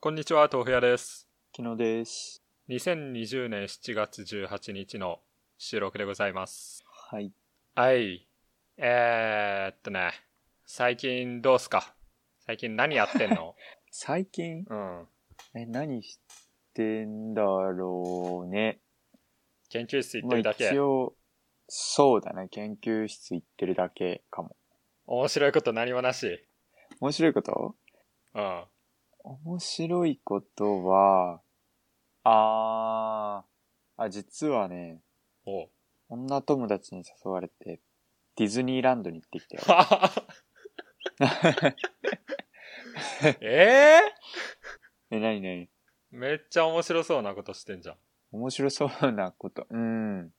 こんにちは、豆腐屋です。昨日です。 2020年7月18日の収録でございます。はい。はい。えー、っとね、最近どうすか最近何やってん の最近、うん。え、何してんだろうね。研究室行っまてあるだけ一。応、そうだね。研究室行ってるだけかも。面白いこと何もなし。面白いことうん。面白いことは、あー、あ、実はね、 おう女友達に誘われて、ディズニーランドに行って きたよ。ええ、なになにー、めっちゃ面白そうなことしてんじゃん。面白そうなこと。うん。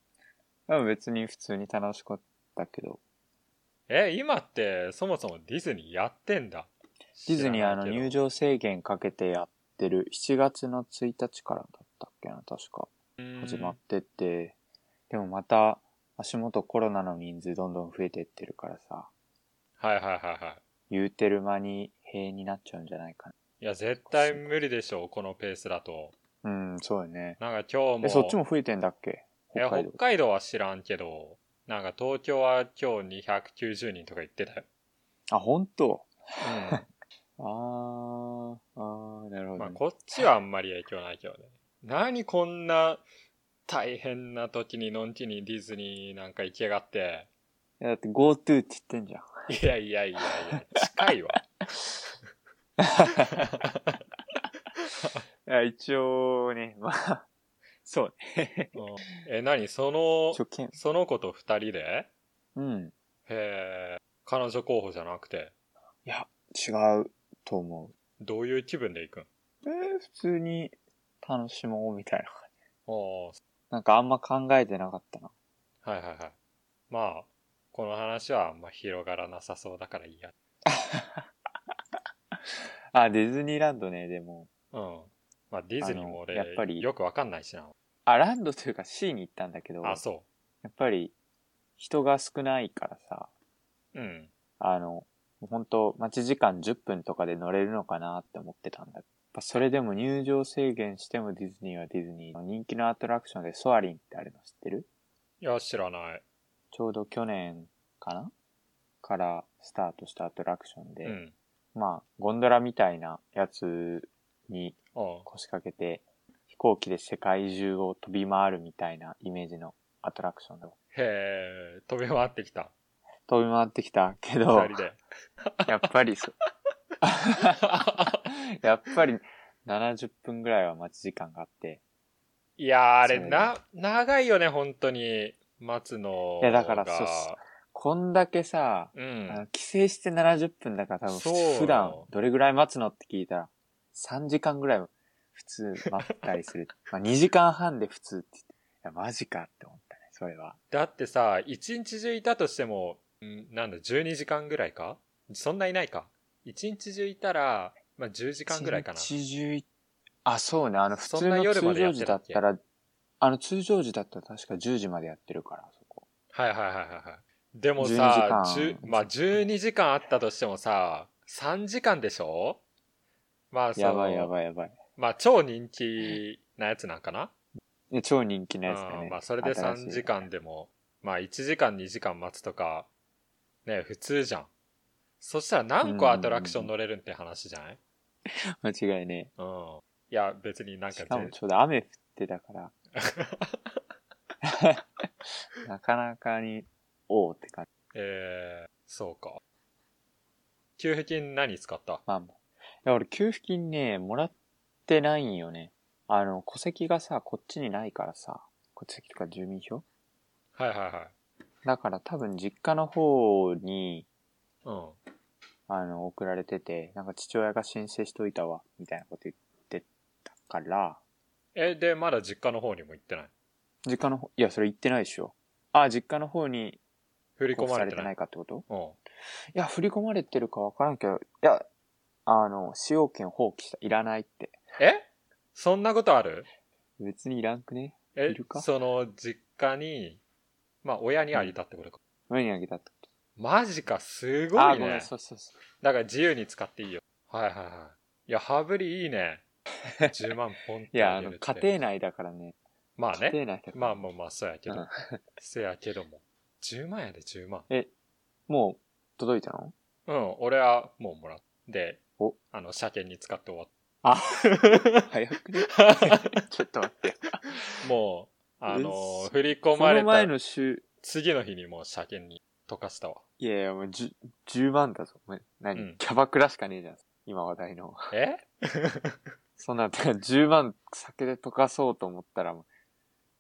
まあ別に普通に楽しかったけど。え、今ってそもそもディズニーやってんだ。ディズニーあの知らないけど入場制限かけてやってる7月の1日からだったっけな確か始まってて、でもまた足元コロナの人数どんどん増えてってるからさはいはいはいはい。言うてる間に閉園になっちゃうんじゃないかいや、絶対無理でしょう、このペースだと。なうんそうよねなんか今日も。えそっちも増えてんだっけいや北海道北海道は知らんけど、なんか東京は今日290人とか言ってたよ。あ本当うん。あーあーなる ほど、ねまあこっちはあんまり影響ないけどね。何こんな大変な時にのんきにディズニーなんか行きやがって。いやだって GoTo って言ってんじゃんいやいやいやいや、近 いわ。いや一応ねまあそうねうんえ、何その、初見その子と二人でうんへえ、彼女候補じゃなくて、違うと思うどういう気分で行くんえー普通に楽しもうみたいな。おーなんかあんま考えてなかったな。はいはいはい。まあ、この話はあんま広がらなさそうだからいいや。あ、ディズニーランドね、でも。うん。まあ、ディズニーも俺、あのやっぱりよくわかんないしな。あ、ランドというか C に行ったんだけど、やあ、っそぱり人が少ないからさ、う。うん。あの、本当待ち時間10分とかで乗れるのかなって思ってたんだけど。やっぱそれでも入場制限してもディズニーはディズニー。人気のアトラクションでソアリンってあるの知ってるいや、知らない。ちょうど去年かなからスタートしたアトラクションで、うん。まあ、ゴンドラみたいなやつにうん。腰掛けて飛行機で世界中を飛び回るみたいなイメージのアトラクションでへえ、飛び回ってきた。飛び回ってきたけど二人で。 やっぱりそう やっぱり70分ぐらいは待ち時間があっていやー、あれ、そうな、長いよね、本当に。待つのが。いやだからそうっすこんだけさ、うあのん。帰省して70分だから多そうよ分普段どれぐらい待つのって聞いたら3時間ぐらい普通待ったりするまあ2時間半で普通って言っていやマジかって思ったねそれはだってさ、一日中いたとしても、うんなんだ、12時間ぐらいかそんないないか。一日中いたら、まあ、10時間ぐらいかな。一日中いあ、そうね。あの、普そ通んなの夜ま通でや常って時ただっっけたら、あの、通常時だったら確か10時までやってるから、そこ。はいはいはいはいはい。でも12さ、時間10まあ12時間あったとしてもさ、3時間でしょまあそのやばいやばいやばい。まあ超人気なやつなんかな、で超人気のやつだうねん。まあそれで新しい3時。間でも、まあ1時間2時間待つとか、ね、普通じゃん。そしたら何個アトラクション乗れるんって話じゃない間違いね。うん。いや別になんかしぜかもちょうど雨降って たから。なかなかに、おうって感じ。えー、そうか。給付金何使ったまあまあ。いや、俺、給付金ね、もらってないんよね。あの、戸籍がさ、こっちにないからさ、戸籍とか住民票はいはいはい。だから多分実家の方に、うん。あの、送られてて、なんか父親が申請しといたわ、みたいなこと言ってたから、え、で、まだ実家の方にも行ってない実家の方、いや、それ言ってないでしょ。あ、実家の方に振り交込ま付されてれてない。ないかってことうん。いや、振り込まれてるかわからんけど、いや、あの、使用権放棄した。いらないって。えそんなことある別にいらんくねえいるかその、実家に、まあ、親にあげたってことか。無にあげたってこマジか、すと。ごあ、いごめん、ね。そうそうそう。 だから自由に使っていいよ。はいはいはい。いや、羽振りいいね。 10万ポンっていや、ああのげるっ、て家庭内だからね。まあ家ね。庭内だから。まあまあまあ、そうやけど。うんせやけども。10万やで、10万。もう、届いた のうん、俺はもうもらってお、あの、車検に使って終わっあ、早くね。 ちょっと待 って。た。もう、あのえ、振り込こまのれ前たの週、次の日にもう車検に溶か したわ。いやいや、もう10、10万だぞ。お前何、うんキャバクラしかねえじゃん。今話題の。 えそんな、てか10万酒で溶かそうと思ったら、もう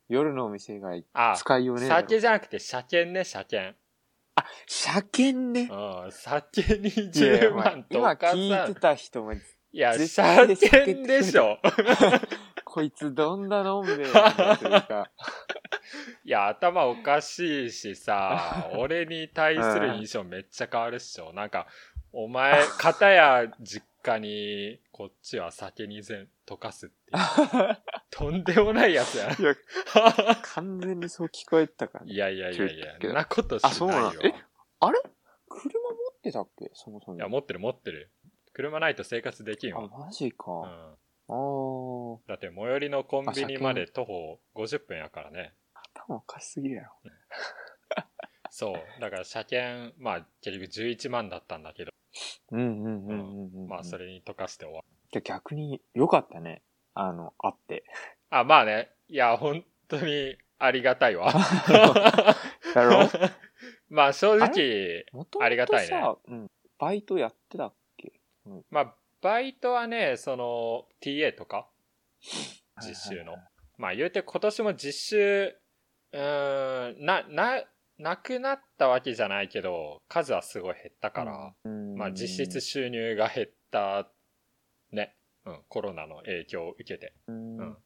夜のお店以外あ、使いようねえだろ酒じゃなくて車検ね、車検。車検ね。うん、酒にいやいや10お前万と今かさ聞いてた人も、いや、絶車対で酒検でしょ。こいつどんな飲んでんだというか、いや、頭おかしいしさ、俺に対する印象めっちゃ変わるっしょ。なんか、お 前、片や実家に、こっちは酒に全、溶かすっていう。とんでも ないやつや。いや完全にそう聞こえ たから、ね。いやいやいやい 聞いたや、そけどんなことしあそうなないのよ。えあれ車持ってたっけそもそも。いや、持ってる持ってる。車ないと生活できんわ。あ、マジか。うあん。ー、だって、最寄りのコンビニまあで徒歩50分やからね。頭おかしすぎるやろ。そう。だから車検、まあ結局11万だったんだけど、うんうんうんうんうん、うん。まあそれに溶かして終わる。じゃあ逆に良かったね。あの、あって。あ、まあね。いや、本当にありがた いわ。だろまあ正直、元ありがたいね々さうん。バイトやってたっけまあバイトはね、その TA とか、実習の。まあ言うて今年も実習、うーん、な、な、なくなったわけじゃないけど、数はすごい減ったから、、まあ実質収入が減った、ね。うん、コロナの影響を受けて。うんうん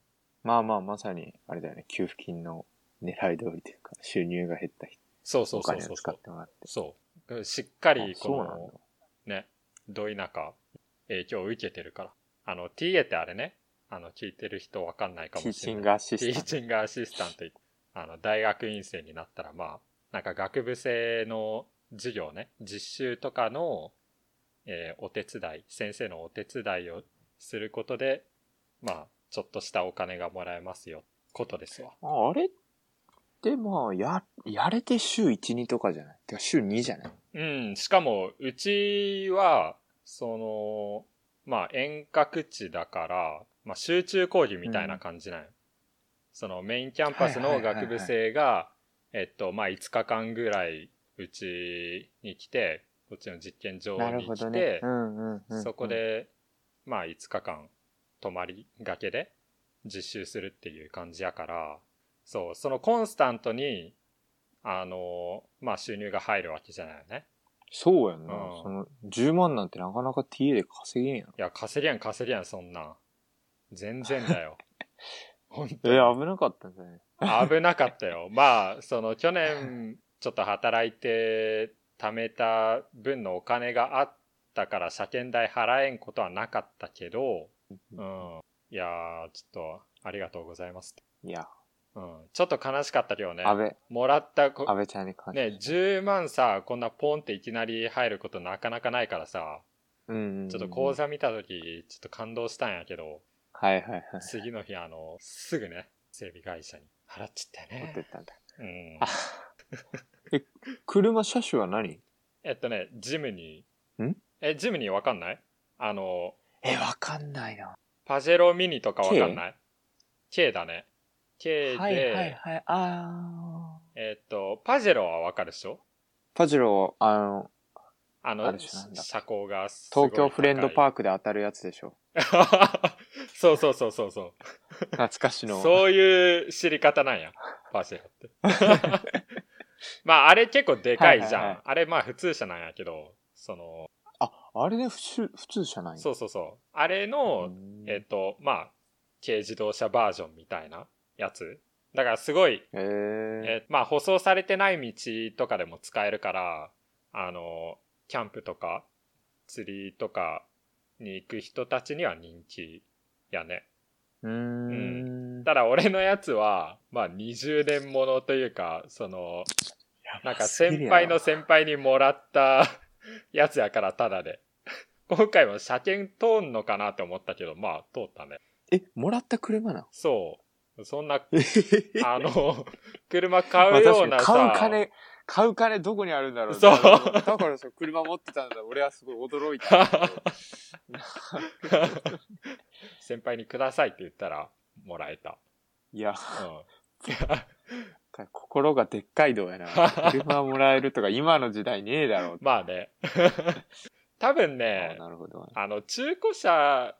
まあまあ、まさに、あれだよね、給付金の狙い通りというか、収入が減った人、そうそおうそう金そをうそ使うっ。てもらって。そう。しっかり、あそうこなんの、ね、ど田舎、影響を受けてるから。あの、TA ってあれね、あの、聞いてる人わかんないかだ。テもィーしチれンない。グアシティースタンチングアシスタントって、あの、大学院生になったら、まあ、なんか学部生の授業ね、実習とかの、えーお手伝い、先生のお手伝いをすることで、まあ、ちょっとしたお金がもらえますよ、ことですわ。ト。ああれって、まあ、や、やれて週1、2とかじゃないてか、週2じゃないうん、しかも、うちは、その、まあ、遠隔地だから、まあ、集中講義みたいな感じなんよ。その、メインキャンパスはのいはいはいはい学部生が、えっと、まあ、5日間ぐらい、うちに来て、こっちの実験場なるにほ来てどね。う、んうんうん。そこ、で、まあ、5日間、泊まりがけで、実習するっていう感じやから、そう、そのコンスタントに、あの、まあ、収入が入るわけじゃないよね。そうやんな。うんその、10万なんてなかなか TA で稼げんやろ。いや、稼りやん、稼りやん、そんなん。全然だよ。 本え当に。危なかったんじゃない危なかったよ。まあ、その、去年、ちょっと働いて、貯めた分のお金があったから、車検代払えんことはなかったけど、うん。いやー、ちょっと、ありがとうございます。いや、うん。ちょっと悲しかったけどね。安倍、もらったこ安倍ちゃんに関して。ね、10万さ、こんなポンっていきなり入ることなかなかないからさ、うんうんうん。ちょっと講座見たとき、ちょっと感動したんやけど、はいはいは い。次の日、あの、すぐね、整備会社に払っちゃって持ってっね。たんだ。うん。車車種は何えっとね、ジムに、んえ、ジムにわかんないあの、え、わかんないな。パジェロミニとかわかんない ?K だね。K で、はいはいはい。あー。えっと、パジェロはわかるでしょパジロー、あの、あのある種なんだ車高がすごい東京フレンドーパークで当たるやつでしょ。ク。 そうそうそうそうそう。懐かしの。そういう知り方なんや。パシェロって。 まあ、あれ結構でかいじゃん。はいはいはいあれまあ普通車なんやけど、その、あ、あれね、普通、普通じゃないそうそうそう。あれの、んえっ、と、まあ、軽自動車バージョンみたいなやつ。だからすごい、えー、えーまあ、舗装されてない道とかでも使えるから、あの、キャンプとか、釣りとかに行く人たちには人気やね。うーん。ただ俺のやつは、まあ20年ものというか、その、なんか先輩の先輩にもらった やつやからただで。今回も車検通んのかなって思ったけど、まあ通ったね。え、もらった車 なのそう。そんな、えあの、 車買うよう確かなにさ、買う金、買う金どこにあるんだろうねそうだからさ、車持ってたんだ。俺はすごい驚いた んだけど。先輩にくださいって言ったら、もらえた。いや、うん。いや心がでっかいどうやな。 車もらえるとか今の時代ねえだろう。まあね。 多分ね、なるほどね。あの、中古車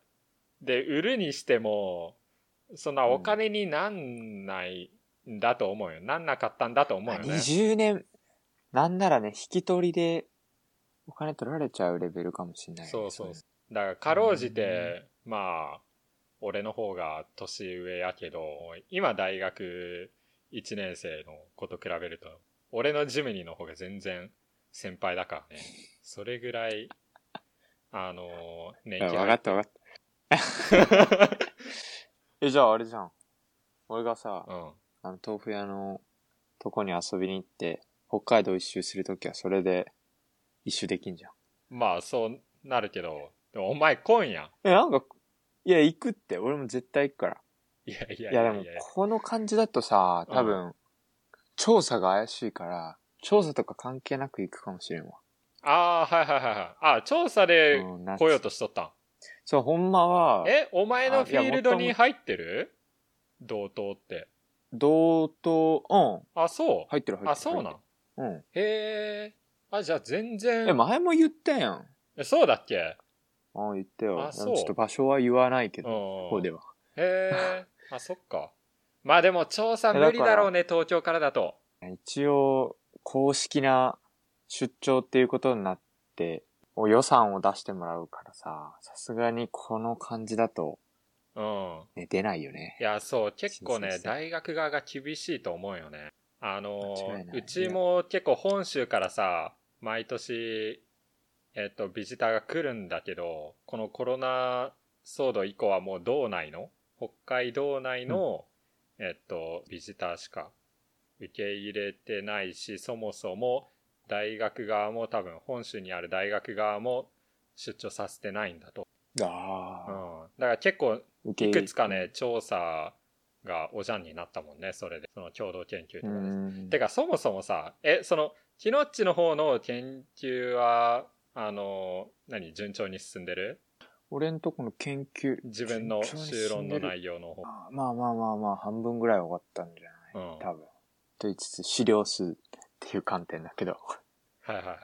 で売るにしても、そんなお金になんないんだと思うよ。なんなかったんだと思うよね。 20年、なんならね、引き取りでお金取られちゃうレベルかもしれないね、そうそうれそう。だから、かろうじて、まあ、俺の方が年上やけど、今大学1年生の子と比べると、俺のジムニーの方が全然先輩だからね。それぐらい、あのー、年いや季わ入かっったわかった。 え、じゃああれじゃん。俺がさ、うん。あの、豆腐屋のとこに遊びに行って、北海道一周するときはそれで一周できんじゃん。まあ、そうなるけど、でもお前来んやん。え、なんか、いや、行くって。俺も絶対行くから。いやいやいや、でも、この感じだとさ、多分、調査が怪しいから、調査とか関係なく行くかもしれんわ。ああ、はいはいはいはい。ああ、調査でうん夏来ようとしとったん。そう、ほんまは、え、お前のフィールドあいにや入ってる同等って。同等、うん、あ、そう。入ってる入ってる。あ、そうなん。入ってへえ。あ、じゃあ全るうん。え、然。前も言ったやん。あえそうだっけへ言ったよ。あちそょうっと場所は言わないけど、うんここでは。え。あ、そっか。まあでも調査無理だろうね、東京からだと。一応、公式な出張っていうことになって、お予算を出してもらうからさ、さすがにこの感じだと、うん。ね、出ないよね。いや、そう、結構そうそねう、そう大学側が厳しいと思うよね。あの間違いな、いうちも結構本州からさ、毎年、えっと、ビジターが来るんだけど、このコロナ騒動以降はもう道内の、北海道内の、えっと、ビジターしか受け入れてないし、そもそも大学側も多分本州にある大学側も出張させてないんだと。あうあ、ん。だから結構受いけ入くれつかね、調査がおじゃんになったもんね、それで。その共同研究とうかで。ん。てか、そもそもさ、え、その、キノッチの方の研究は、あの、何、順調に進んでる俺んとこの研究、自分の順調に進んで修る論の内容の方。あまあまあまあまあ、半分ぐらいは終わったんじゃうん。なはい多分。と言いつつ、資料数っていう観点だけど。いはいはい。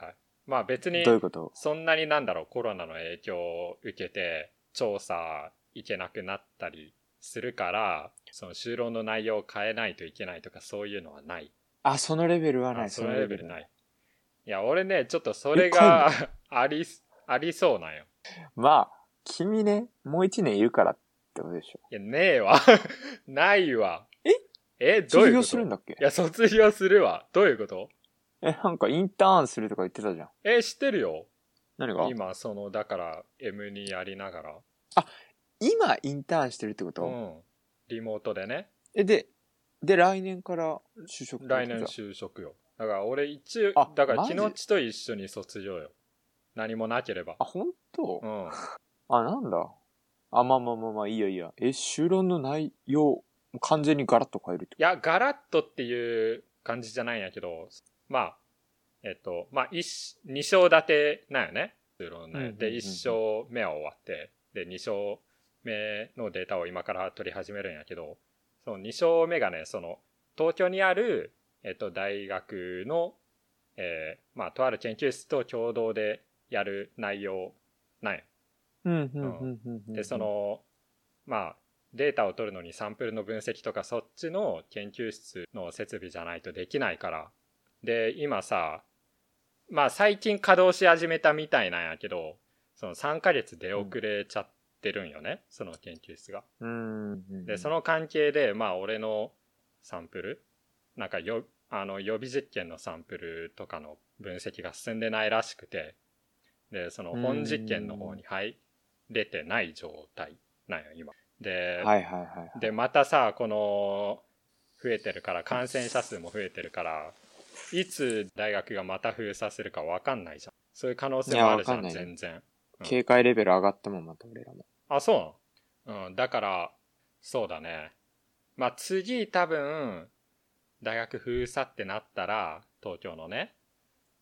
まあ別にどう、いうことそんなになんだろう、コロナの影響を受けて、調査行けなくなったりするから、その修論の内容を変えないといけないとか、そういうのはない。あ、そのレベルはなあい、そのレベルい。ない。いや、俺ね、ちょっとそれがあり、 ありそうなんよ。まあ、君ね、もう一年いるからってことでしょ。いや、ねえわ。 ないわ。ええどういう卒こと業するんだっけいや、卒業するわ。どういうことえ、なんかインターンするとか言ってたじゃん。え、知ってるよ。何が今、今、その、だから、M2 やりながら。インターンしてるってこうとん。リモートでね。え、で、で、来年から就職ってこと来年就職よ。だから、俺一応あ、だから、マジ昨日ちと一緒に卒業よ。何もなければあ、。本当うん。あ、なんだ。あ、まあまあまあまあ、いいよいいよ。え、修論の内容、もう完全にガラッと変えるっていや、ガラッとっていう感じじゃないんやけど、まあ、えっと、まあ、一、二章立てなんよね。通論内うんうんうんうんで、一章目は終わって、で、二章目のデータを今から取り始めるんやけど、その二章目がね、その、東京にある、えっと、大学の、えーまあ、とある研究室と共同でやる内容なんよ。うんうんうんうんうん。でそ、のまあデータを取るのにサンプルの分析とかそっちの研究室の設備じゃないとできないからで今さまあ最近稼働し始めたみたいなんやけどその3ヶ月出遅れちゃってるんよね、その研究室が。うんうんうん。でそ、の関係でまあ俺のサンプルなんかよあの予備実験のサンプルとかの分析が進んでないらしくてでその本実験の方に入れてない状態なんよ今。で,、はいはいはいはい。でまたさこの増えてるから感染者数も増えてるからいつ大学がまた封鎖するか分かんないじゃんそういう可能性もあるじゃんいやわかんない全然。うん警戒レベル上がってもまた俺らも。あそうなのうん、だから、そうだね。まあ、次多分、大学封鎖ってなったら、東京のね、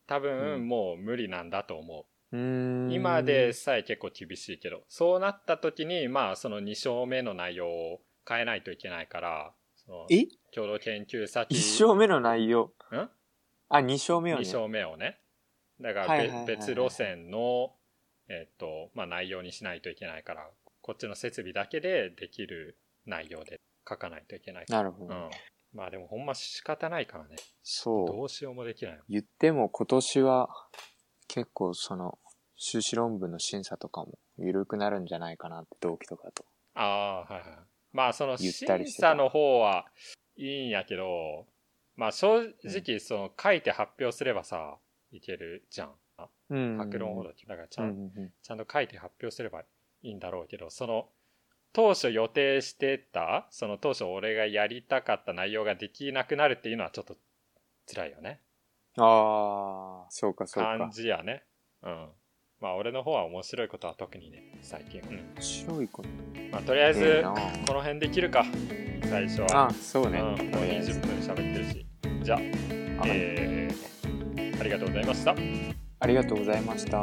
多う分んもう無理なんだと思うう。ん今で、さえ結構厳しいけど、そうなった時に、まあ、その2章目の内容を変えないといけないから、そのえ共同研究先、一章目の内容。んあ、二章目をね。 2章目をね。だから、はいべはいはいはい別路線の、えっと、まあ、内容にしないといけないから、こっちの設備だけでできる内容で書かないといけない。なるほうど。ん。まあでもほんま仕方ないからね。どそう。うしようもできない。言っても今年は結構その修士論文の審査とかも緩くなるんじゃないかなって同期とかと。ああ、はいはい。まあそのゆ審ったりしてた査の方はいいんやけど、まあ正直その書いて発表すればさ、いけるじゃん。あうん白論ほどだからちゃうんんうんうん。ちゃんと書いて発表すればいいんだろうけど、その、当初予定してた、その当初俺がやりたかった内容ができなくなるっていうのはちょっと辛いよね。ああ、そうかそう感か。じやね。うん。まあ俺の方は面白いことは特にね、最近。うん。白いこと。まあとりあえええずな、この辺できるか、最初は。あ、そうね。うん、もうとりあえず20分喋ってるし。じゃあ、はいえー、ありがとうございました。ありがとうございました。